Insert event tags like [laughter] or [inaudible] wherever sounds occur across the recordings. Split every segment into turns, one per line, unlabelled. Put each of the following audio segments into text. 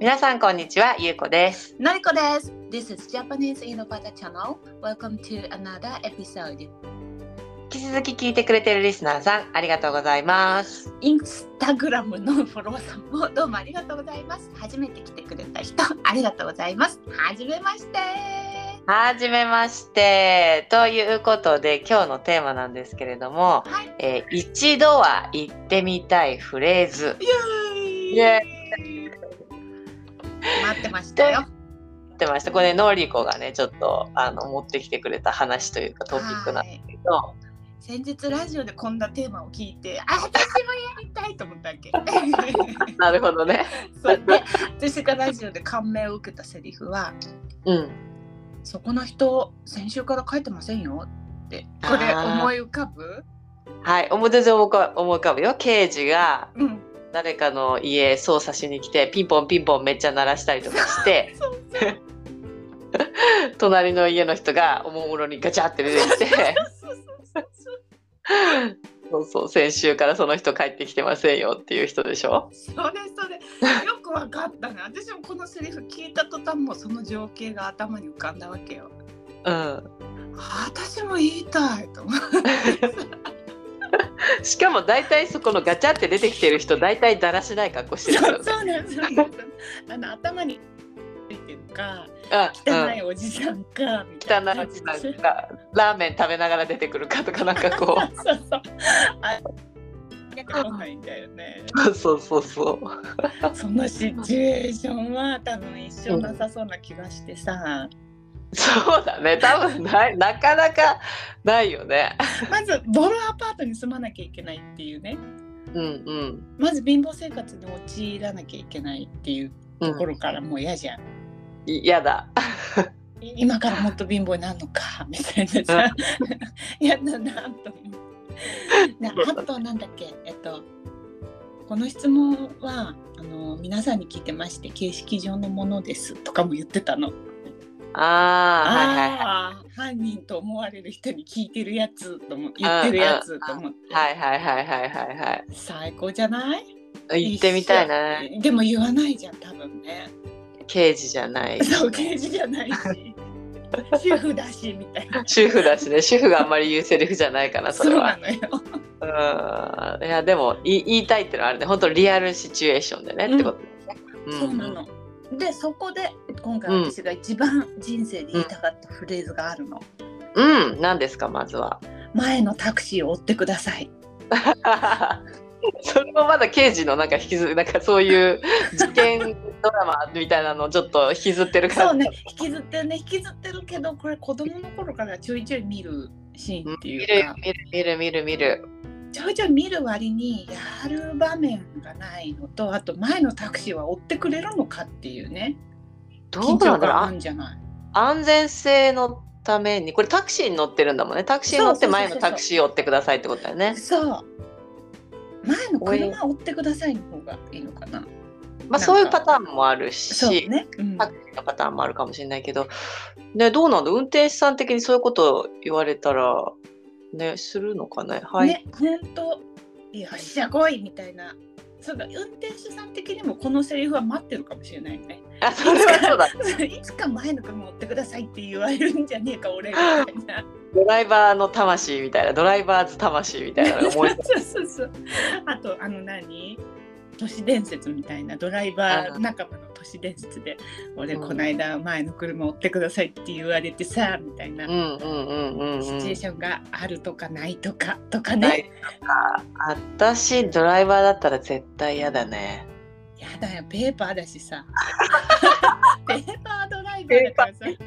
皆さんこんにちは、ゆうこです。
のりこです。This is Japanese Innovata Channel. Welcome to another episode.
引き続き聞いてくれてるリスナーさん、ありがとうございます。
インスタグラムのフォロワーさんもどうもありがとうございます。初めて来てくれた人、ありがとうございます。はじめまして。
はじめまして。ということで、今日のテーマなんですけれども、
はい。
えー一度は言ってみたいフレーズ。
イ
イエ
エーイ。待ってましたよ。
言ってました。これ、ね、ノーリコがね、ちょっとあの持ってきてくれた話というかトピックなんですけど、
先日ラジオでこんなテーマを聞いて、あ、私もやりたいと思ったわけ。 [laughs]
なるほどね。
そうで、私がラジオで感銘を受けたセリフは、
うん。
そこの人先週から書いてませんよってこれ
あー
思い浮かぶ
はい、表で思い浮か思い浮かぶよ。刑事が
うん
誰かの家捜査しに来て、ピンポンピンポンめっちゃ鳴らしたりとかして、
そう
隣の家の人がおもむろにガチャって出てき [laughs] て
そうそうそうそう
そうそう先週からその人帰ってきてませんよっていう人でしょ
それ
[laughs]
それよくわかったね私もこのセリフ聞いた途端もうその情景が頭に浮かんだわけよ
[laughs] うん
あ私も言いたいと思う
しかも大体そこのガチャって出てきてる人大体だらしない格好 [laughs] してるからね
そうなんですそうなんですあの頭についてるか
うん
汚いおじさんかみた
う
い
ん、汚
な
お
い
じ
[laughs]
さんがラーメン食べながら出てくるかとかなんかこう
そうそうあなんかわかんないんだよね
[laughs] そうそうそう
そのシチュエーションは多分一生なさそうな気がしてさ、
そうだね多分ないなかなかないよね
まずボロアパートに住まなきゃいけないっていうね
うんうん
まず貧乏生活に陥らなきゃいけないっていう
う
とこ
ん
ろからもう嫌じゃん、
嫌だ
い今からもっと貧乏になるのかみたいなさ嫌だなと思うなあとなんだっけえっとこの質問はあの皆さんに聞いてまして形式上のものですとかも言ってたの
あーはいはいはい
あー犯人と思われる人に聞いてるやつとも言ってるやつと思って、
はいはいはいはいはいはい
最高じゃない
行ってみたいな
一緒でも言わないじゃん多分ね
刑事じゃない
そう刑事じゃないし
[laughs]
主婦だしみたいな
主婦だしね主婦があんまり言うセリフじゃないかなそ
[laughs] そう
れ
な
は
のよ
うんいやでもい言いたいってのはあるね本当リアルシチュエーションでね、ってことう
そうなのでそこで今回私が一番人生で言いたかったフレーズがあるの、
うん何ですかまずは [laughs]
前のタクシーを追ってください
それもまだ刑事のなんか引きずなんかそういう事件ドラマみたいなのをちょっと引きずってる感じ
そうね引きずってるね引きずってるけどこれ子供の頃からちょいちょい見るシーンってい
見
う
る
か、
見る見る見る見る
ちょいちょい見る割にやる場面がないのとあと前のタクシーは追ってくれるのかっていうね
ど
緊
うな
張
んだろう
感あ
あ
るんじゃない
安全性のためにこれタクシーに乗ってるんだもんねタクシーに乗って
そうそう
前
そうそ
の
う
タクシーを追ってくださいってことだよね
そう前の
おい
車追ってくださいの方がいいのかな
まあ
なんか
そういうパターンもある
そう
し、
ね、うん
タクシーのパターンもあるかもしれないけど、ね、どうなんだ運転手さん的にそういうこと言われたら、ね、するのかねはい。
ね本当よっしゃ来いみたいなそうだ運転手さん的にもこのセリフは待ってるかもしれないね [laughs]
あ、それはそうだ。
いつか前の車追ってくださいって言われるんじゃねえか俺みたいな
ドライバーの魂みたいな、ドライバーズ魂みたいな [laughs] のが思い
[laughs] そうそうそうあとあの何都市伝説みたいなドライバー仲間の都市伝説で「俺
うん
こないだ前の車追ってください」って言われてさみたいな
うんうんうんうん
シチュ
う
エー
ん。
ションがあるとかないとかとか
な
ね
いあ私ドライバーだったら絶対嫌だね。
やだよペーパーだ
[laughs]
しさペーパードライバーだからさ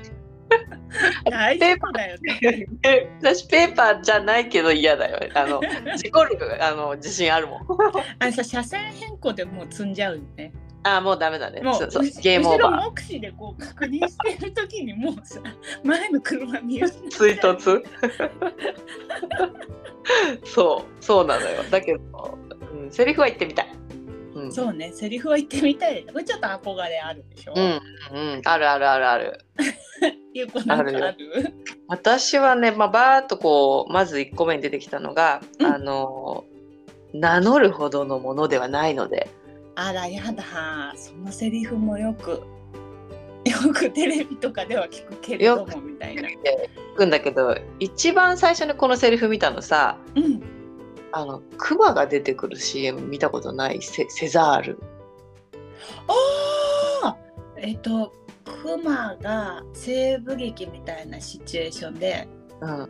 大丈夫だよね
[laughs] 私ペーパーじゃないけど嫌だよ。あ
[laughs]
の事故るあの自信あるもん。
あのさ車線変更でもう積んじゃうよね
あもうダメだね。
もう
そうそう
後
ゲームオー
後
バ
ろ目視でこう確認してる時にもうさ前の車見失っ
ー。
て
追突 [laughs] そうそうなのよ。だけど、うん、セリフは言ってみたい。うん
そうね、セリフは言ってみたい。これちょっと憧れあるでしょ。
うんうん、あるあるあるある。
ゆうこなんかある
あ私はね、まあ、バーっとこうまず1個目に出てきたのが、
うん
あの名乗るほどのものではないので
あらやだそのセリフもよくよくテレビとかでは聞くけれどもみたいな。
聞くんだけど一番最初にこのセリフ見たのさ
うん、
あのクマが出てくる CM 見たことないセセザール
ああえっとクマが西部劇みたいなシチュエーションで
うん、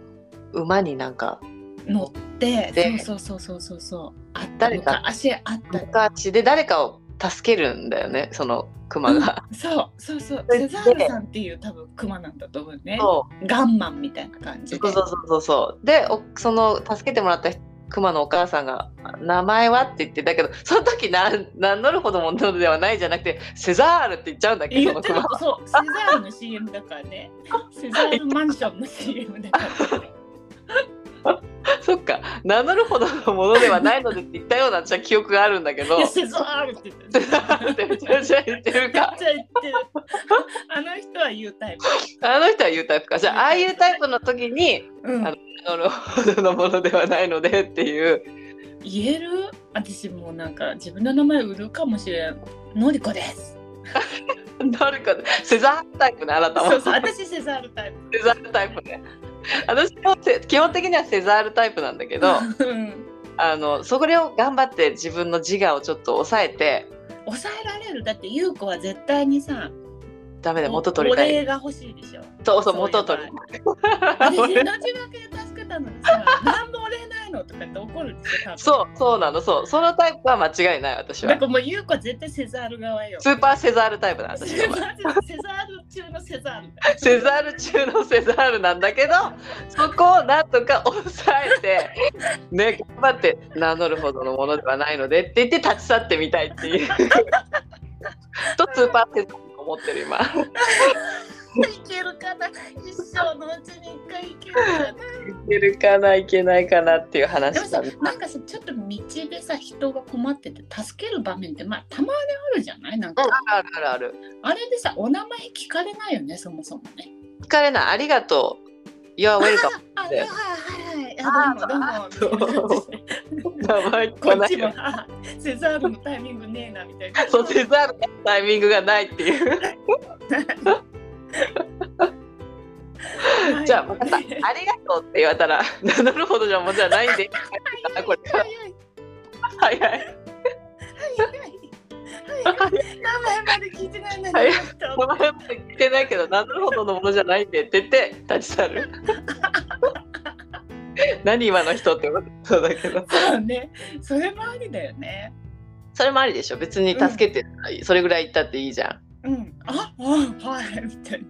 馬になんか
乗って
で
そうそうそうそうそうそうあった
誰か
足あったね
昔で誰かを助けるんだよねその熊が。
そうそうそう
それで
セザールさんっていう多分クマなんだと思うね
[laughs] そ
ガンマンみたいな感
う
じ
そう
で
そうそうそうそうでおその助けてもらった熊のお母さんが「名前は?」って言ってだけどその時なん名乗るほどものではないじゃなくて「セザール」って言っちゃうんだけど
言
その
ってる
熊 [laughs]
ことそうセザールの CM だからねセザールマンションの CM だからね
そっか名乗るほどのものではないのでって言ったようなじゃあ記憶があるんだけど
いや
「 [laughs]
セザールって言って
セ
る
ザール」ってめちゃめちゃ言ってる
めっ
か
ちゃ言ってるあの人は言うタイプ
あの人は言うタイプかじゃあああいうタイプの時に
うん
あの「名乗るほどのものではないので」っていう
言える私もうなんか自分の名前売るかもしれんのりこです
誰かセザールタイプねあなた
そう
も
そう私セザールタイプ
セザールタイプね私もせ基本的にはセザールタイプなんだけど [laughs]
うん
あのそれを頑張って自分の自我をちょっと抑えて
抑えられるだって優子は絶対にさ
ダメだ
お
元取りた
お
い
礼が欲しいでしょ
そうそう
そういう
元取りたい
私命
俺
がけ助けたのにさ何もお礼ないのとかって怒るんですよ多
[laughs]
分
そうそうなのそうそのタイプは間違いない私
だ
は
からもう優子は絶対セザール側よ
スーパーセザールタイプだ
セ
私
ザ
は
ールセザール中のセザールだよ
セザール中のセザールなんだけどそこをなんとか抑え
[laughs]
てね頑張って名乗るほどのものではないのでって言って立ち去ってみたいって
[laughs]
いうとスーパーセザールを持ってる今
いけるかな一生のうちに一回いけるかない
けるかないけないかなっていう話
でも
だ
さ
ね
なんかさちょっと道でさ人が困ってて助ける場面ってまあたまにあるじゃないなんか、
あるあるある
あれでさお名前聞かれないよねそもそもね。
疲れないありがとう You're welcome
あはい
で
はいはい
あ
あどうもどうもみたい
名
な感じで
前
こ
来
っ
ない
ちも
よ
あセザールのタイミングねえなみたいな。
そうセザールのタイミングがないっていう
はい
じゃあ分かったありがとうって言われたら名乗るほどじゃもうじゃないんで
はい
これ
はいはい
はいはい
はいはいはい名前まで聞いてないのに。
はい
ちょっと
名前まで聞いてないけど名乗るほどのものじゃないんでって言って立ち去 [laughs] る何今の人って思ったんだけど
そうねそれもありだよね。
それもありでしょ別に助けて、それぐらい言ったっていいじゃん
うん、あ、あ、はい、みたい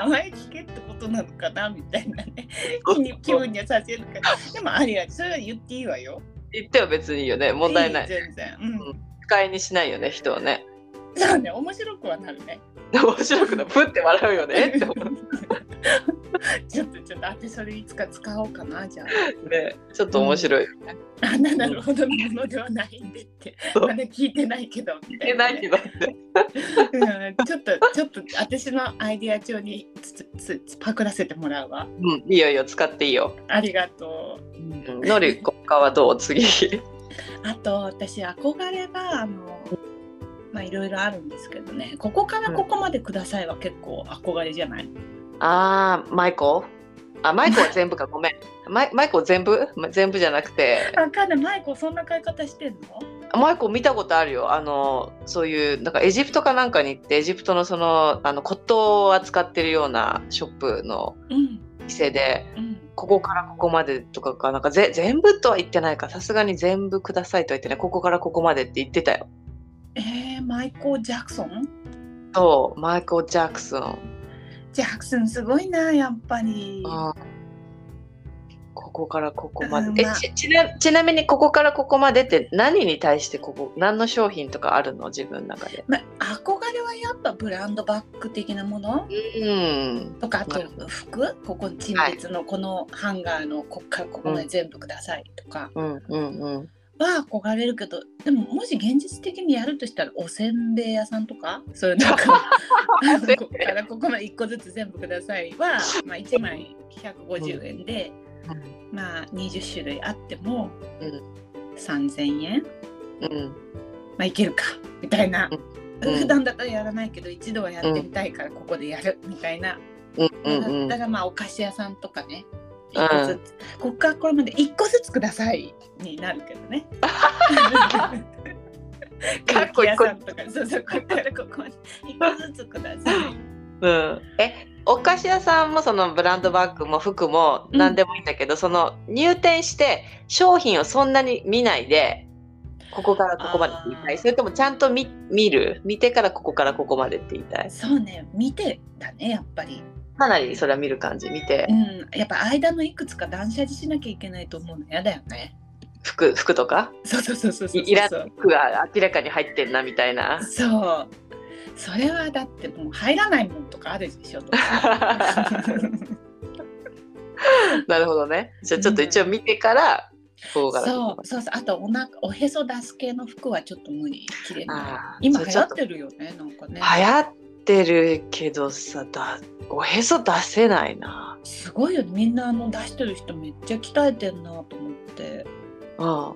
[laughs]
名前聞けってことなのかなみたいなね。気に気分にはさせるから。でもありあり、それは言っていいわよ。
言っては別にいいよね問題ない
い全然。うん。
不快にしないよね人をね
そうね、面白くはなるね。
面白くないプって笑うよねって思う
[laughs] ちょっと、ちょっと、あて、それいつか使おうかな、じゃあ。
ねちょっと面白い、
あ、ななるほど、ものではないんでって。
そう
まだ聞いてないけど。みた
言え
い
な
ないね
けどって
うん、ちょっと、ちょっと、私のアイディア帳につつつパクらせてもらうわ。
うんいいよいいよ使っていいよ、
ありがとう。
うん、のりこかはどう次
あと私憧れがあのまあいろいろあるんですけどねここからここまでくださいは結構憧れじゃない、
あーマイコあマイコは全部かごめんマイマイコ全部ま全部じゃなくて
あかんないマイコそんな買い方してんの
マイコ見たことあるよあのそういうなんかエジプトかなんかに行ってエジプトのそのあの骨董を扱ってるようなショップの
うん
店で
うん
ここからここまでとかかなんかぜ全部とは言ってないかさすがに全部くださいとは言ってないここからここまでって言ってたよ
えー、マイコ・ジャクソン
そうマイコ・ジャクソン、
ジャクソンすごいなやっぱり
うんここからここまで、
うん
え
まあ
ちちなちなみにここからここまでって何に対してここ何の商品とかあるの自分の中で
まあ、憧れはやっぱブランドバッグ的なもの
うん
とかあ
な
と
るほど
服ここ陳列のこのハンガーのこっからここまで全部くださいとか
うんうんうん
は憧れるけどでももし現実的にやるとしたらおせんべい屋さんとかそういうな
[laughs]
んかあのここからここまで1個ずつ全部くださいは、まあ、1枚150円で、まあ、20種類あっても
うん
3000円
うん
まあいけるかみたいな、
うん
[laughs] 普段だとやらないけど一度はやってみたいからここでやるみたいな、
うんうんう
だ
ん
からまあお菓子屋さんとかね
うん
一個ずつ、ここからこれまで1個ずつくださいになるけど
[laughs]
ね。 [laughs] ケ
かっ
ー
こ
キ
いい
屋さんとかそうそうここからここまで1個ずつください。
[gasps] うんえお菓子屋さんもそのブランドバッグも服も
うん
何でもいいんだけど、その入店して商品をそんなに見ないでここからここまでって言いた
あ
い
ー
それともちゃんと見見る見てからここからここまでって言いたい
そうね見てだねやっぱり、
かなりそれは見る感じ見て
うん、やっぱ間のいくつか断捨離しなきゃいけないと思うの嫌だよね。
服服とか
そうそうそうそうそうそう
いいらない服が明らかに入ってんなみたい
[laughs]
な
そうそれはだってもう入らないもんとかあ
[laughs]
るでしょと
なるほどねじゃあちょっと一応見てからここから
そ
ここま
うそうそうあとおなおへそ出す系の服はちょっと無理着れない
あー
今
そ
流
れち
行
ょ
っ
と
てるよねなんか
流
ね
行ってるけどさだおへそ出せないな
すごいよねみんなあの出してる人めっちゃ鍛えてんなと思って、
うん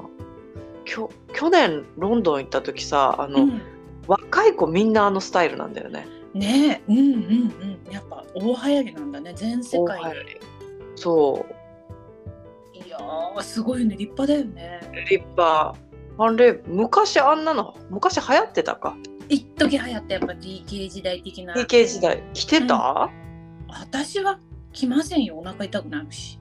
きょ去年ロンドン行った時さあの、
うん、
若い子みんなあのスタイルなんだよね
ねえうんうんうんやっぱ大流行りなんだね全世界
大流行りそう
でいやーすごいね立派だよね
立派あれ昔あんなの昔流行ってたか
一時流行ったやっぱ DK 時代的な
DK 時代着てた、
私は着ませんよお腹痛くなるし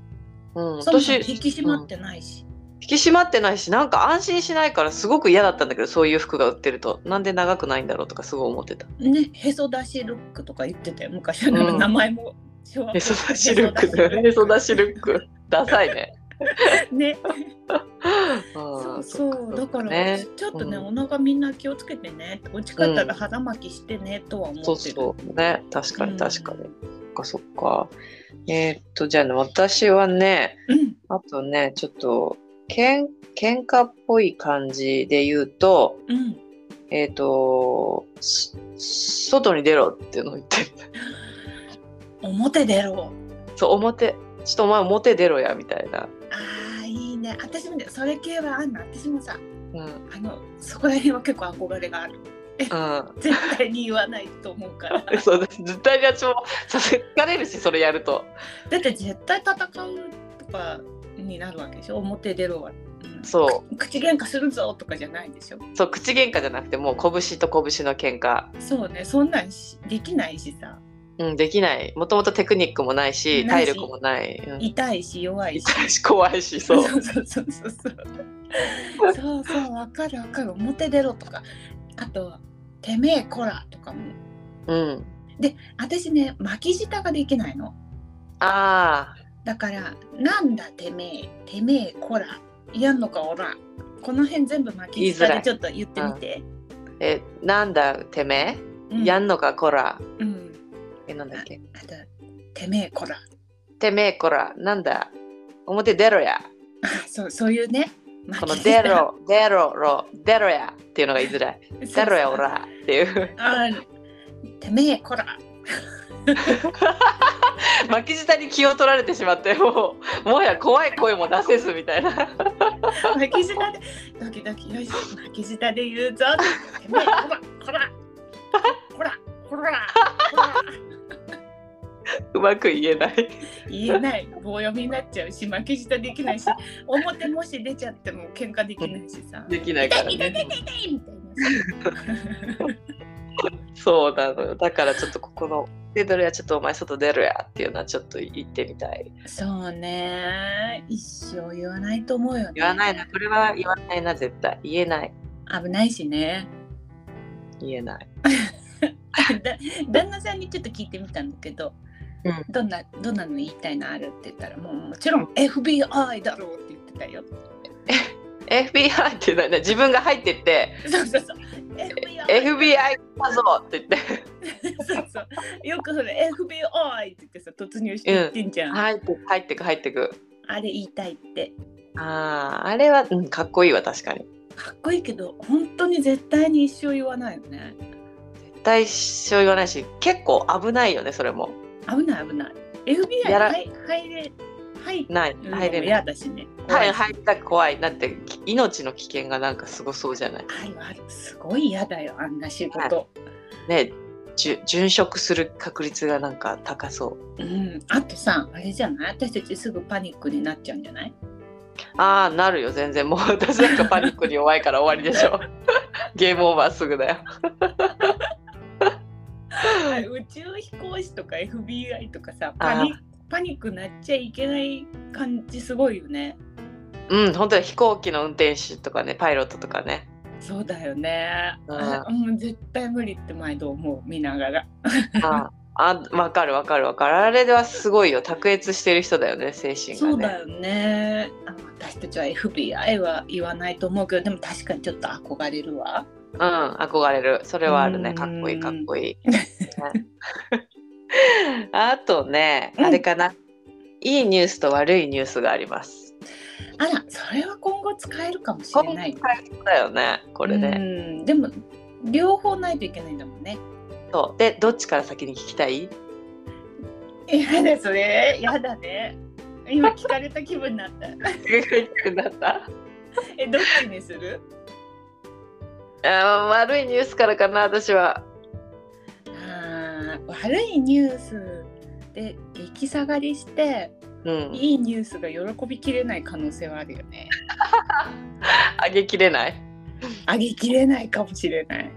うん
そもそ
私
も引き締まってないし、
引き締まってないしなんか安心しないからすごく嫌だったんだけどそういう服が売ってるとなんで長くないんだろうとかすごい思って [laughs] た
ねへそ出しルックとか言ってたよ昔は、
うん
名前も昭和
へそ出しルックだよねへそ出しルックダサい [laughs] ね
[laughs] ねそ
そう
そうだから、
ね
ちょっとね、
う
お腹みんな気をつけてね落ち方が腹巻きしてね、とは思ってる
そうそうね確か
う
に
ん
確かに、そっかそっかえーっとじゃあね私はね
うん
あとねちょっとけん喧嘩っぽい感じで言うと
うん
えーっとす外に出ろっていうのを言ってる
表出ろ
そう表ちょっとお前表出ろやみたいな、
あーいいね私もねそれ系はあんの私もさ
うん
あのそこら辺は結構憧れがある
うん、
絶対に言わないと思う
[laughs]
から
そうです絶対に私もさすがれるしそれやると
だって絶対戦うとかになるわけでしょ表出ろは、うん
そ
口喧嘩するぞとかじゃないでしょ
うそう口喧嘩じゃなくてもう拳と拳の喧嘩、
そうねそんなんしできないしさ
うん、できないもともとテクニックもないし
ない
体
し
力もない、うん
痛いし弱いし
痛いし怖いしそう
[laughs] そうそうそうそうそうそうそうわかるわかる表出ろとかあとは「てめえこら」とかも
うん
私ね巻き舌ができないの
あ
だから「なんだてめえてめえこら」「やんのかおら」この辺全部巻き
言い
舌で
づらい
ちょっと言ってみて、
ーえなんだてめ
う
え、
ん、
やんのかこら
うん
えなんだっけ
あと「てめえこら」 [laughs]
てめえこらなんだ表出ろや
あそうそういうね巻
こ
き
の
舌
出ろ出ろろ出ろやっていうのが言いづらい
[laughs] そうそ
出
う
ろやおらっていう
あてめえこら
巻き舌に気を取られてしまってもうもはや怖い声も出せずみたいな [laughs]
巻き舌でドキドキよし巻き舌で言うぞてめえこらこらこらこらこら
うまく言えない
言えない棒読みになっちゃうし巻き舌できないし表もし出ちゃっても喧嘩できないしさ
できないから
痛い痛い痛
ね
い痛い痛いみたいな
そうなのよだからちょっとここの「出るやちょっとお前外出るや」っていうのはちょっと言ってみたい
さそうね一生言わないと思うよね
言わないなこれは言わないな絶対言えない
危ないしね
言えない
[laughs] だ旦那さんにちょっと聞いてみたんだけど、
うん
どんなどんなの言いたいのあるって言ったらもうもちろん FBI だろうって言ってたよ
FBI って言うのはね自分が入ってって
そうそうそう
「
FBI
FBI だぞ」って言って
そうそうよくそれ FBI って言ってさ突入していってんじゃん、
入ってく入ってく入ってく
あれ言いたいって
あーあれは、うん、かっこいいわ確かに
かっこいいけど本当に絶対に一生言わないよね
絶対一生言わないし結構危ないよねそれも
危ない危ない FBI
やら
入入れ入っ
ない
うん
入れない
嫌だしね。
はい
はい。
入ったら怖いだってき命の危険がなんかすごそうじゃない
あるすごい嫌だよ、あんな仕事。
ねじゅ殉職する確率がなんか高そう
うん。あとさ、あれじゃない私たちすぐパニックになっちゃうんじゃない
ああなるよ全然もう私なんかパニックに弱いから終わりでしょ [laughs] ゲームオーバーすぐだよ
[laughs] あ宇宙飛行士とか FBI とかさ、パニックパニックになっちゃいけない感じすごいよね。
うん本当に飛行機の運転手とかねパイロットとかね
そうだよね。
うん
あもう絶対無理って毎度思う見ながら。
ああ分かる分かる分かるあれではすごいよ卓越してる人だよね精神
そう
が
だ
ね
よね。あの私たちは FBI は言わないと思うけど、でも確かにちょっと憧れるわ。
うん憧れるそれはある
う
ね
ん
かっこいいかっこい
[laughs]
い、ね [laughs] あとねあれかな、いいニュースと悪いニュースがあります
あら、それは今後使えるかもし
今
れない。
回だよねこれね、
うんでも両方ないといけないんだもんね。
そうでどっちから先に聞きたい
嫌ですね。嫌だね。今聞かれた気分になった。
だ [laughs] った
え、どっちにする？
あー悪いニュースからかな私は
あー悪いニュースで激下がりして、
うん
いいニュースが喜びきれない可能性はあるよね。
上げきれない
上げきれないかもしれない。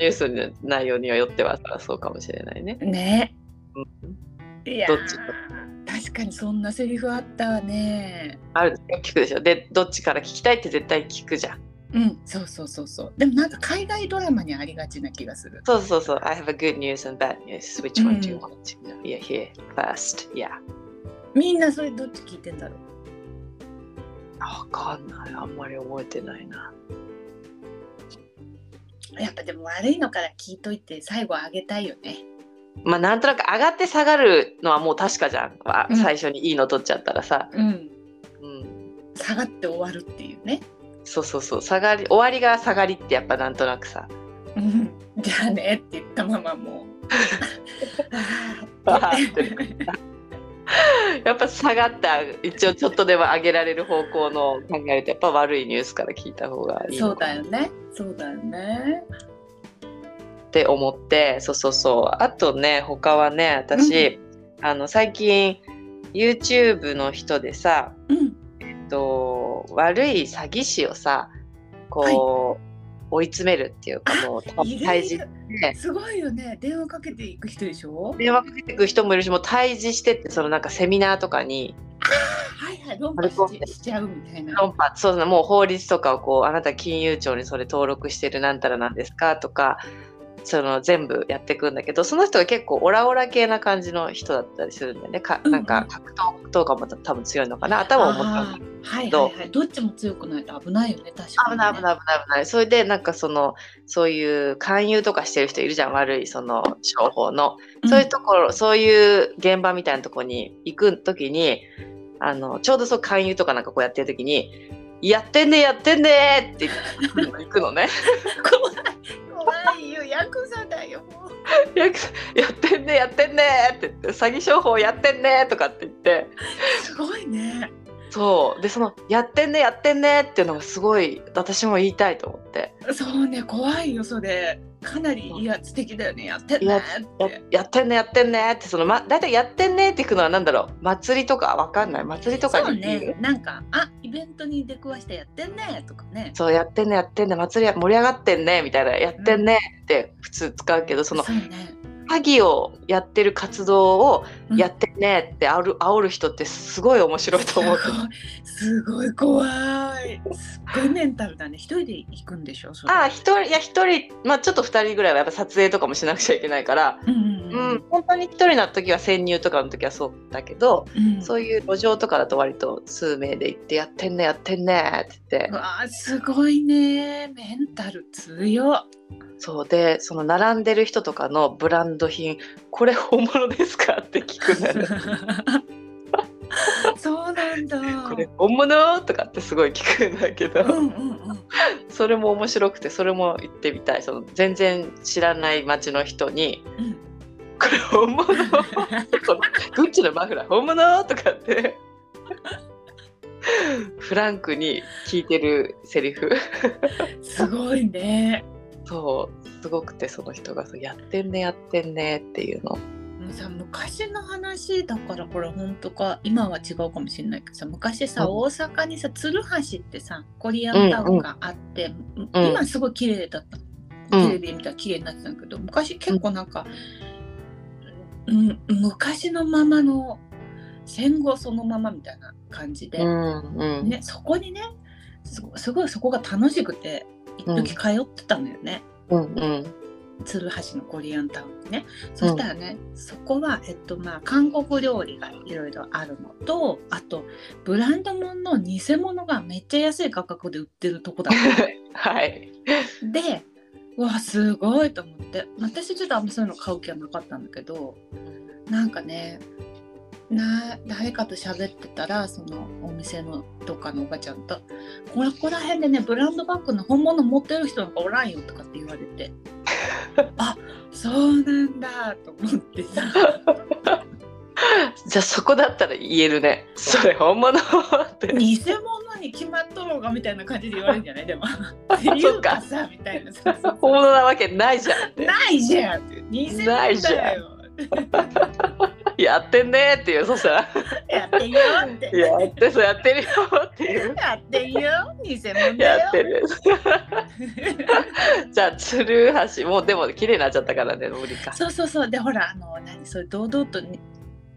ニュースの内容によってはさそうかもしれないね
ね。いやー
どっち
確かにそんなセリフあったわね。
ある聞くでしょでどっちから聞きたいって絶対聞くじゃん
うん、そうそうそうそう。でもなんか海外ドラマにありがちな気がする。
そうそうそう I have a good news and bad news which one do you
うん
want to know yeah here first yeah
みんなそれどっち聞いてんだろう。
わかんないあんまり覚えてないな
やっぱでも悪いのから聞いといて最後上げたいよね。
まあなんとなく上がって下がるのはもう確かじゃん、あ
うん
最初にいいの取っちゃったらさ
うん。
うん
下がって終わるっていうね。
そうそうそう下がり終わりが下がりってやっぱなんとなくさ
うん。 [laughs] じゃあねって言ったままも [laughs] う。
あ
あ
ー
ー
っ
ってて
[laughs] やっぱ下がった一応ちょっとでも上げられる方向の考えるとやっぱ悪いニュースから聞いた方がいい
そ
の
う
か
だ
な
よね。そうだよね。
って思ってそうそうそうあとね他はね私、あの最近 YouTube の人でさ、
うん。
えっと、悪い詐欺師をさこう、追い詰めるっていうかもう
いる
退
い
治
る
ね
すごいよね。電話かけていく人でしょ。
電話かけてく人もいるしもう退治してってそのなんかセミナーとかに
はいはい、論破ししちゃうみたいな。
論破そうだなもう法律とかをこうあなた金融庁にそれ登録してるなんたらなんですかとかその全部やっていくんだけどその人が結構オラオラ系な感じの人だったりするんだよねか
うん
なんか格闘とかも多分強いのかな頭を持った
あーはいはいはい。どっちも強くないと危ないよね、確か
危
に、ね。
ない危ない危ない危ないそれでなんかそのそういう勧誘とかしてる人いるじゃん悪いその商法の
うん
そういうところ、そういう現場みたいなところに行く時にあのちょうどそう勧誘とかなんかこうやってる時に「やってんねやってんね」って言って行くのね [laughs]
怖い。怖いよ、ヤクザだよ。もう
や「やってんねやってんね」って言って「詐欺商法やってんね」とかって言って
すごいね。
そうでその「やってんねやってんね」っていうのがすごい私も言いたいと思って。
そうね、怖いよ、それ。かなり威圧的だよね、やってん
威
ね
圧
っ
や
て。
やってんねやってんねってその、ま、大体やってんねっていくのはなんだろう祭りとかわかんない祭りとか
そう
に言う
ね、なんか、あ、イベントに出くわしてやってんねとかね。
そうやってんねやってんね祭りや盛り上がってんねみたいなやってんねって普通使うけどその
そうね。
詐欺をやってる活動を
うん
やってんねってある煽る人ってすごい面白いと思う。
すごいすごい怖い。すっごいメンタルだね。一人で行くんでしょ。それ
[laughs] ああ一人いや一人まあちょっと二人ぐらいはやっぱ撮影とかもしなくちゃいけないから、
うんうん
う
うん
ん、本当に一人な時は潜入とかの時はそうだけど、
うん。
そういう路上とかだと割と数名で行って「やってんねやってんね」って言って
うわあすごいね。メンタル
[laughs]
強っ。
そうでその並んでる人とかのブランド品「これ本物ですか?」って聞くのよ
そうなんだ。
これ本物とかってすごい聞くんだけど、
うんうんうん。
それも面白くてそれも行ってみたいその全然知らない街の人に
うん [laughs]
[laughs] 「これ本物このグッチのマフラー本物?」とかってフランクに聞いてるセリフ
すごいね。
そうすごくてその人がそうやってんねやってんねっていうの
もうさ昔の話だからこれ本当か今は違うかもしれないけどさ昔さ、
うん
大阪にさ鶴橋ってさコリアンタウンがあって、
うん
今すごい綺麗だった、
うん
テレビで見たら綺麗になってたんだけど昔結構なんか、うん、昔のままの戦後そのままみたいな感じで、
うんうん、
ね、そこにねすごすごいそこが楽しくて一時通ってたのよね。
うんうん
鶴橋のコリアンタウンにねそしたらね、そこは、えっとまあ、韓国料理がいろいろあるのとあとブランド物の偽物がめっちゃ安い価格で売ってるとこだったの
はい
でうわすごいと思って私ちょっとあんまそういうの買う気はなかったんだけどなんかねな誰かと喋ってたらそのお店のどっかのおばちゃんと「これここら辺でねブランドバッグの本物持ってる人なんかおらんよ」とかって言われ
[laughs]
てあそうなんだと思ってさ
じゃあそこだったら言えるねそれ本物って
偽物に決まっとろうがみたいな感じで言われるんじゃないでもっ
[laughs]
てい
そうっか
かさみたいなさ
本物なわけないじゃんって
ないじゃんって偽物
ないじ
だ
ゃ
よ
やってんねっていうそしたら
やっていいよって
やってそうやってるよっていう
やっていいよ偽物だよ
やってるじゃあ鶴橋もうでも綺麗になっちゃったからね無理か
[laughs] そうそうそうでほらあの何そういう堂々とに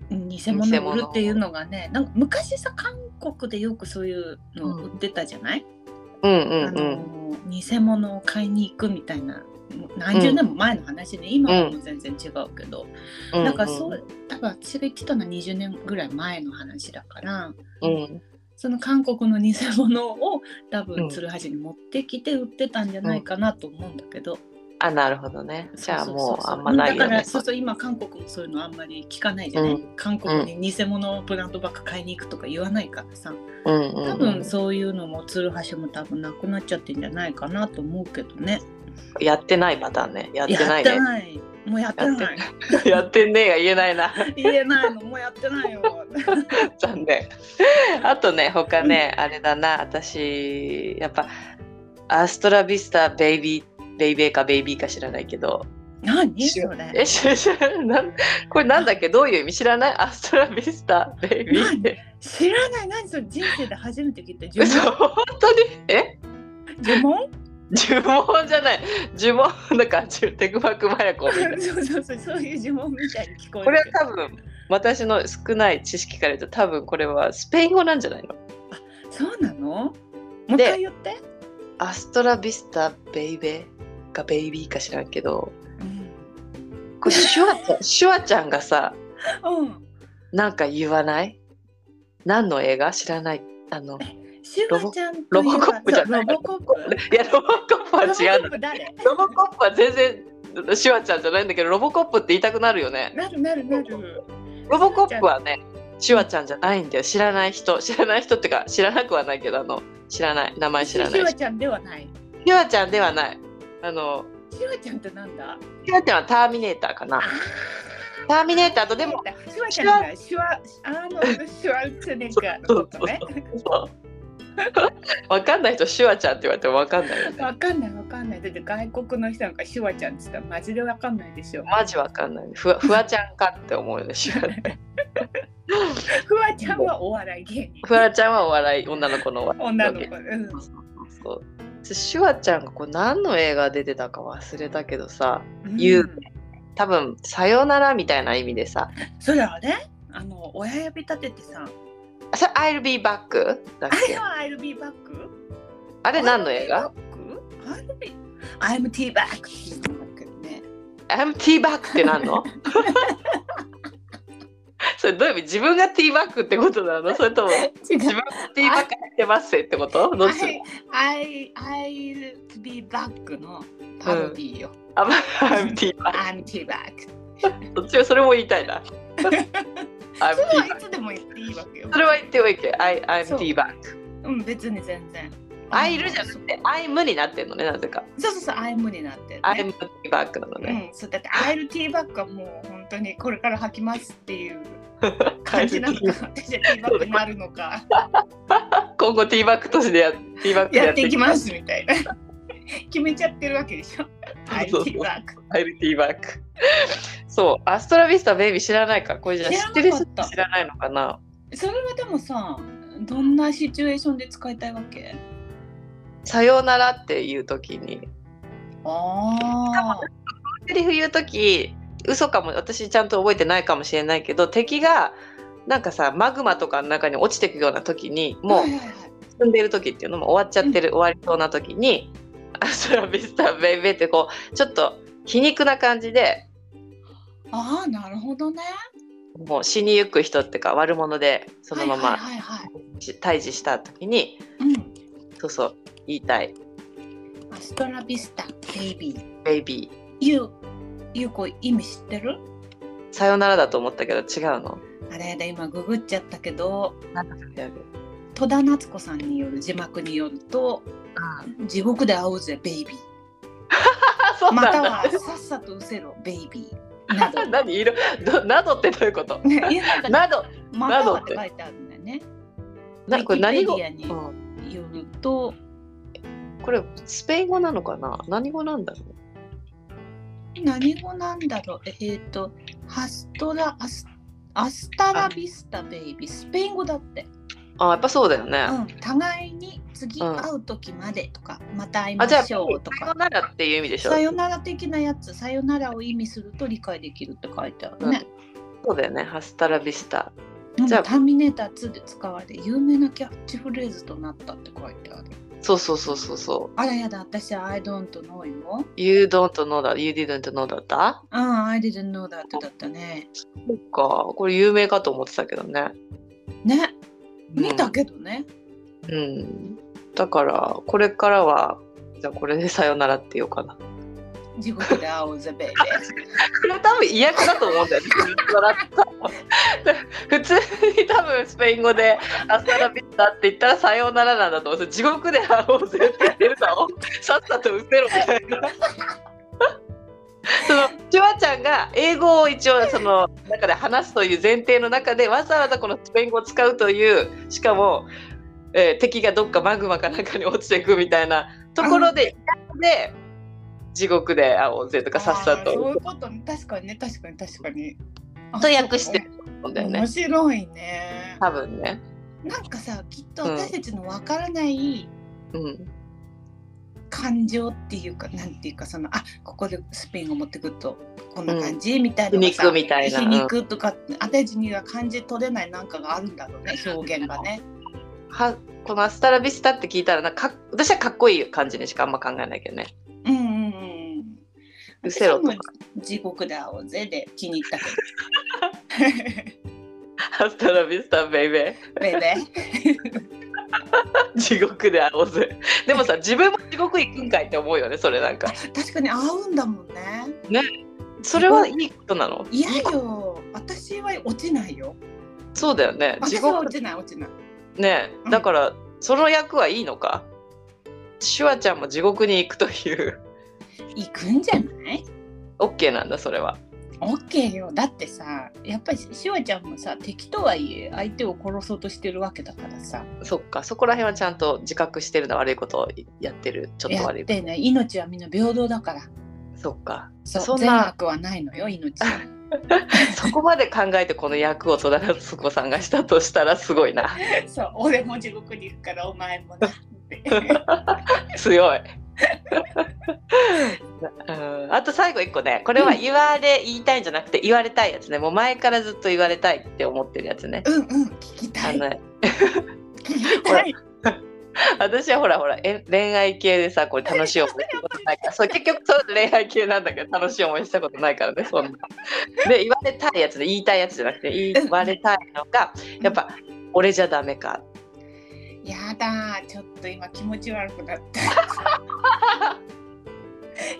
偽物を売るっていうのがねなんか昔さ韓国でよくそういうの売ってたじゃない、
うんう
あ
んう
の
ん
偽物を買いに行くみたいな何十年も前の話で、今はもう全然違うけど、
うん
なんかそう多分私が言ってたのは20年ぐらい前の話だから
うん
その韓国の偽物を多
う
分
ん
鶴橋に持ってきて売ってたんじゃないかなと思うんだけど、
あなるほどねじゃあ
そ
も
そうそ
あんまないよ
だか
ね
らそうそう今韓国もそういうのあんまり聞かないじゃない、
う
韓国に偽物のブランドばっか買いに行くとか言わないからさ
うんうん
多
うん
分そういうのも鶴橋も多分なくなっちゃってんじゃないかなと思うけどね
やってないパターンねやってない
やって
ね
ないもうやってない
やってんねえが言えない [laughs] な
言えないのもうやってないよ
[laughs] 残念あとね他ねあれだな私やっぱアストラビスタベイビーベイベーかベイビーか知らないけど
何
知
そ
ら
れ
え知知らなんこれなんだっけどういう意味知らないアストラビスタベイビーって
知らない何それ人生で初めて聞いた呪
嘘
文
本当にえ
呪文
呪文じゃない呪文なんか呪テクマクマヤコみたいな
[laughs] そうそうそうそういう呪文みたいに聞こえる
これは
けど
多分私の少ない知識から言うと多分これはスペイン語なんじゃないの
そうなのもう一
で
回言って、
アストラビスタベイベーかベイビーか知らんけどこれシュワ
[laughs]
ちゃんシュワちゃんがさ
うん
なんか言わない何の映画知らないあの
シュワちゃんと
ロ
いえ
ボ
ば
コップじゃない
そうロボコップ。
いやロボコップは違う
ロボコップ誰？
ロボコップは全然シュワちゃんじゃないんだけどロボコップって言いたくなるよね
なるなるなる。
ロボコップはねシュワちゃんじゃないんだよ知らない人知らない人ってか知らなくはないけどあの知らない名前知らな
シ
い
ュワ
人
ちゃんではない。
シュワちゃんではないあの
シュワちゃんってなんだ？
シュワちゃんはターミネーターかなターミネーターとでも
シュワちゃんがシュワアーノルドシュワルツェネッガーのことね。
そうわかんない人シュワちゃんって言われてもわかんないよね
わかんないわかんない。だって外国の人なんかシュワちゃんって言ったらマジでわかんないでしょ。
マジわかんないふわふわちゃんかって思うよねシュ
[laughs]
ワ
フワちゃんはお笑い芸人。
ふわちゃんはお笑い女の子のお笑い
女の子。うん
そうそうそうシュワちゃんがこう何の映画出てたか忘れたけどさ言う。多分「さよなら」みたいな意味でさ
それあれ？あの親指立ててさ。
「それ I'll be back」だっ
あれ
け
は I'll be back。
あれ何の映画
I'll be- ?I'm T back っていうのがあるけどね。
?I'm tea back って何の [laughs] それどういう意味自分が tea back ってことなのそれとも
違
自分が tea back ってますってことどっち
I, I, I'll be back のパロディーよ。
あ、まあ、I'm tea back
I'm T back。
どっちもそれも言いたい
[laughs]
な I'm
それ
tea
はい
back
つでも言っていいわけよ
そ。れは言っておいて I, I'm
そう
tea back
うん、別に全然。
I'll じゃなくて I'm になってんのねなぜか
そうそうそう、I'm になってる、ね。
I'm tea back なのね [laughs]
うん、そうだって I'll T back はもう本当にこれから吐きますっていう感じなのか、じゃあティーバッグになるのか、
今後ティーバック都市でやティーバック。
やっていきますすみた [laughs] いな。決めちゃってるわけでしょ。はい、テ
そうそう
ィーバッグ。
アイルティーバック。そう、アストラビスタベイビー知らないから、これじゃあ
知
知
らなか
っ
って
る人
た
知らないのかな。
それはでもさ、どんなシチュエーションで使いたいわけ
さようならっていう時に、
ああ。
セリフ言う時、嘘かも、私ちゃんと覚えてないかもしれないけど、敵が。なんかさマグマとかの中に落ちていくような時にもう
はいはいはい
進んでいる時っていうのも終わっちゃってる、終わりそうな時にアストラビスタベイベーってこうちょっと皮肉な感じで
ああ、なるほどね。
もう死にゆく人っていうか悪者でそのま
はい
ま
はいはいはい
し退治した時に
う
そうそう言いたい
ん。アストラビスタ、ベイビー。
ベイビー
ゆう、ゆうこ意味知ってる
さよならだと思ったけど違うの
あれで今ググっちゃったけど、
やべ
戸田夏子さんによる字幕によると、地獄で会おうぜ、ベイビー。
あそう
ま
なん
た
だ、
はさっさと失せろ、ベイビー。な
[laughs]
ど。
何いろどなどってどういうこと
ね、いやなんかね
など
ま
な
た
ど
は
っ
ってて書いてあるんだよね。
なこれ何語
ウィキペディ
うん
よると、
これスペイン語なのかな何語なんだろう
何語なんだろうえっ、ー、と、ハストラ、アスアスタラビスタベイビー、スペイン語だって。
あやっぱそうだよね、
うん、互いに次
うん
会う時までとか、また会いま
あじゃあ
し
さ
ょ
よ
うとか。
ならっていう意味でしょ
さよなら的なやつ、さよならを意味すると理解できるって書いてあるね。
そうだよねハスタラビスタ
なん
じゃ
か
あ
ターミネーター2で使われ、有名なキャッチフレーズとなったって書いてある。
そうそうそうそうそう
あらやだ、私は I don't know よ。
You don't know that you didn't know that だ
うん、I didn't know that だったね。
そっかこれ有名かと思ってたけどね
ね、
うん
見たけどね。
うん、だからこれからはじゃあこれでさよならって言おうかな。
地獄で会おうぜ、
[laughs]
ベイベ
これ多分違約だと思うんだよね。普通に多分スペイン語で「アスタラビッタ」って言ったら「さようなら」なんだと思うんですよ地獄で会おうぜって言ってるのをさっさと失せろみたいな。そのチュワちゃんが英語を一応その中で話すという前提の中でわざわざこのスペイン語を使うというしかも、えー敵がどっかマグマかなんかに落ちていくみたいなところでで地獄で会おうぜとか
ー。
さっさ
あーそうい
と
うことね、確かにね、確かに確かに。あ
と訳してると思うんだよね
面白いね。
多分ね。
なんかさ、きっと私たちのわからない
うん
感情っていうか、なんていうか、その、あ、ここでスペインを持ってくると、こんな感じ、みたい
皮
なのがさ。
肉みたいな。
皮
うん
肉とか、私には感じ取れないなんかがあるんだろうね、表現がね。
はこのアスタラビスタって聞いたらなんかかっ私はかっこいい感じにしかあんま考えないけどね。 [laughs]
うんうんうんうん。
うせろとか
私はもう地獄で会おうぜで気に入ったけ
アスタラビスタベイベ
ど。 [laughs] ベイベ [laughs]
ー。地獄で会おうぜ。でもさ自分も地獄行くんかいって思うよねそれなんか。
ー。確かに会うんだもんね。
それはいいことなの
いやよ。私は落ちないよ。
そうだよね。地
私は
獄
落ちない落ちない。
ね
うん
だからその役はいいのか。シュワちゃんも地獄に行くという。 [laughs]
行くんじゃない
オッケーなんだそれは。
オッケーよ。だってさ、やっぱりしわちゃんもさ、敵とはいえ相手を殺そうとしてるわけだからさ、
そっかそこら辺はちゃんと自覚してるの悪いことをやってるちょっ
や
と
っ
悪いこと
てね、命はみんな平等だから。
そっか
そう
そんな
善悪はないのよ、命は。
[laughs] そこまで考えてこの役を戸田夏子さんがしたとしたらすごい
[laughs]
な
そう、俺も地獄に行くからお前もなって。
[laughs] 強い。 [laughs] うん、あと最後一個ねこれは
うん
言われ言いたいんじゃなくて言われたいやつねもう前からずっと言われたいって思ってるやつね。
うんうん、聞きた
あ
い。
の
[laughs] 聞きたい。
私はほらほらえ恋愛系でさこれ楽しい思いしたことない
[laughs]
からそう結局そう恋愛系なんだけど楽しい思いしたことないからねそんな。で言われたいやつで言いたいやつじゃなくて言われたいのがやっぱ「俺じゃダメか」
や
[laughs]
だーちょっと今気持ち悪くなった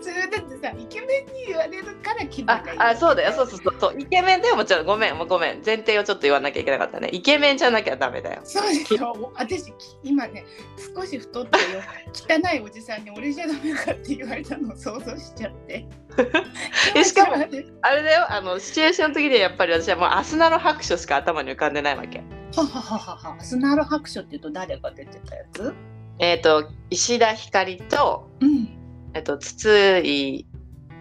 それだってさかイケメンに言われるから気分が
あ
いい
あそうだよそうそうそうそうイケメンだよもちろんごめんもうごめん前提をちょっと言わなきゃいけなかったねイケメンじゃなきゃダメだよ
そうですよ私き今ね少し太ってよ汚いおじさんに俺じゃダメかって言われたのを想像しちゃって
[laughs] えしかも
今更です
あれだよあのシチュエーションの時にはやっぱり私はもうアスナの白書しか頭に浮かんでないわけ
はははははスナロ白書っていうと誰が出てたやつ
えっ、と石田ひかりと
うん
えっ、と筒井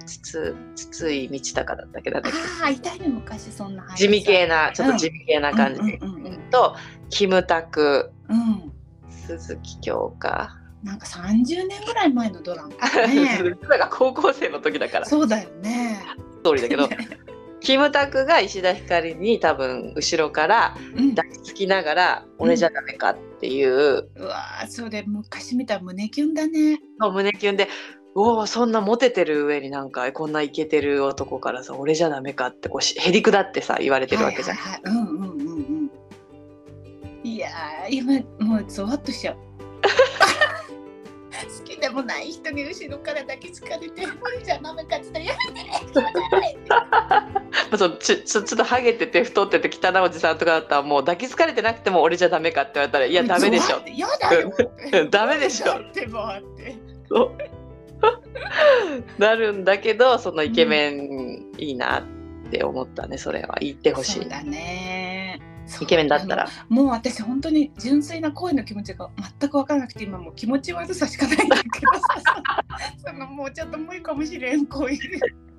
筒筒井道隆だったっけなんだっけ
ああいたね昔そんな俳優
地
さん
味系なちょっと地味系な感じ、
うんうんうんうん
とキムタク
うん
鈴木京香
なんか30年ぐらい前のドラマだね
[laughs] 鈴木が高校生の時だから
そうだよね
通りだけ
[laughs]
どキムタクが石田ひかりに多分後ろから
うん
抱きつきながら「俺じゃダメか」っていう、
うわーそれ昔見たら胸キュンだね
の胸キュンで「おおそんなモテてる上になんかこんなイケてる男からさ俺じゃダメか」ってこうしへりくだってさ言われてるわけじゃん。
はいはいはい、うんうんうんうん。いやー今もうゾワッとしちゃう。好きでもない人に後ろから抱きつかれて、無理じゃダメかって言ったらや
[laughs]
めて気持ち悪いって。
まあ、そのちちょちょっとハゲてて太ってて汚いおじさんとかだったらもう抱きつかれてなくても俺じゃダメかって言われたらいやダメでし
ゾ
ょ
ワッてやだよっ
[laughs]
て。
うんダメでしょ
だってもうって。
なるんだけどそのイケメンいいなって思ったねそれは言ってほし
そ
いう
だね。
イケメンだった
あ
ら
の。もう私本当に純粋な恋の気持ちが全く分からなくて今もう気持ち悪さしかないんだけどさそのもうちょっと無理かもしれん恋。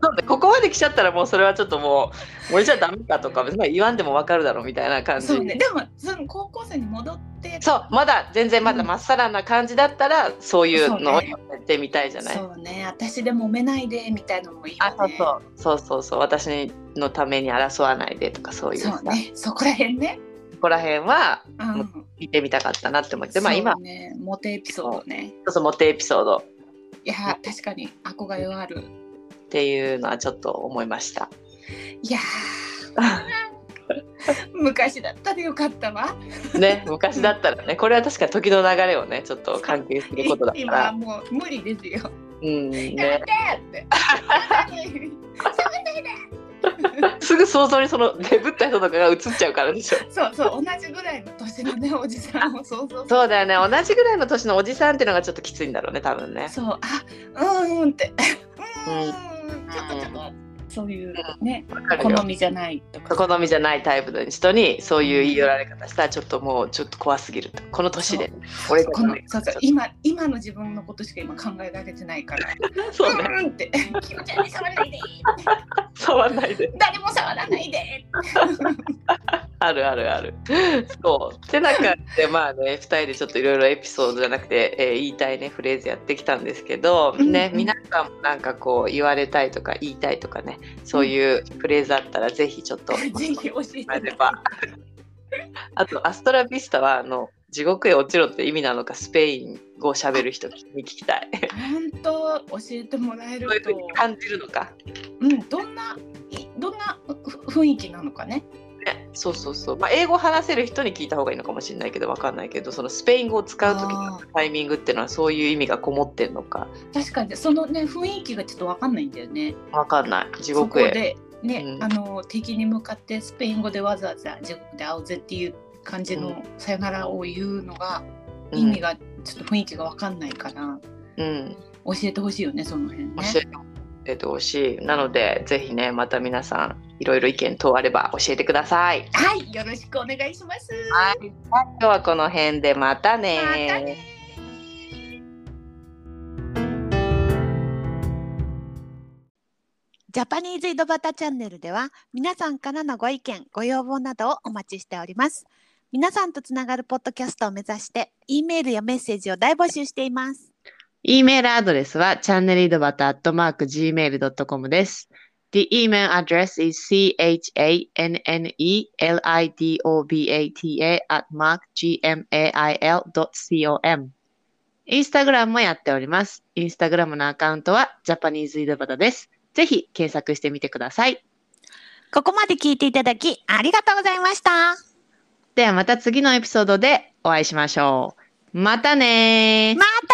そうねここまで来ちゃったらもうそれはちょっともう俺じゃダメかとか別に言わんでも分かるだろうみたいな感じ
そうね、でもその高校生に戻って
そうまだ全然まだまっさらな感じだったらそういうのを
そうね
やってみたいじゃない
そうね私で揉めないでみたいのもいい
あ
わ
そう
ね
そうそうそうそう私のために争わないでとかそういうさ
そうねそこら辺ね
ここら辺は
うん
見てみたかったなって思ってまあ
そう
今
ねモテエピソードね
そうそうモテエピソードっ
いやー確かに憧れはある
ていうのはちょっと思いました [laughs]
いやー昔だったらよかったわ
ね昔だったらねこれは確かに時の流れをねちょっと関係することだか
[laughs] 今は
ら
もう無理ですよ、
うんね
やめてってやめて
すぐ想像にそのデブった人とかが映っちゃうからでしょ
そうそう同じぐらいの年のねおじさんを想像する
そうだよね同じぐらいの年のおじさんっていうのがちょっときついんだろうね多分ね
そうあうんうんってうーんちょっとちょっとそういうね
わかるよ
好みじゃないとか
好みじゃないタイプの人にそういう言い寄られ方したらちょっともうちょっと怖すぎるとこの年で俺
この
ね
そうそう今今の自分のことしか今考えられてないから
そうね
うんって気持ち悪い触らないで
触んないで
誰も触らないで
あるあるあるそうってな感じでまあね2人でちょっといろいろエピソードじゃなくて、えー言いたいねフレーズやってきたんですけど、
うんうん
ね皆さんもなんかこう言われたいとか言いたいとかねそういうフレーズあったらぜひちょっと
ぜひ教えて
あればあとアストラビスタはあの地獄へ落ちろって意味なのかスペイン語を喋る人に聞きたい
本当教えてもら
そうい
える
うふう
と
に感じるのか、
うんどんないどんなふ雰囲気なのかね
ね、そうそうそう、まあ、英語話せる人に聞いた方がいいのかもしれないけどわかんないけどそのスペイン語を使う時の
あ
タイミングっていうのはそういう意味がこもってるのか
確かにそのね雰囲気がちょっとわかんないんだよね
わかんない地
そ
獄
こ
へ
でね、
うん
あの敵に向かってスペイン語でわざわざ地獄で会おうぜっていう感じ
う
のさよならを言うのが、
うん
意味がちょっと雰囲気がわかんないから
うん、
教えてほしいよねその辺ね。
教えてほしいなのでぜひねまた皆さんいろいろ意見等あれば教えてください。
はい、よろしくお願いします。
はい、じゃあ今日はこの辺でまたね
またね
ジャパニーズ井戸端チャンネルでは皆さんからのご意見ご要望などをお待ちしております皆さんとつながるポッドキャストを目指して E メールやメッセージを大募集しています
E メールアドレスは channelidobata.gmail.com です。The email address is chanelidobata at mark gmail.com インスタグラムもやっております。インスタグラムのアカウントはジャパニーズ井戸端です。ぜひ検索してみてください。
ここまで聞いていただきありがとうございました
ではまた次のエピソードでお会いしましょう。またねー
また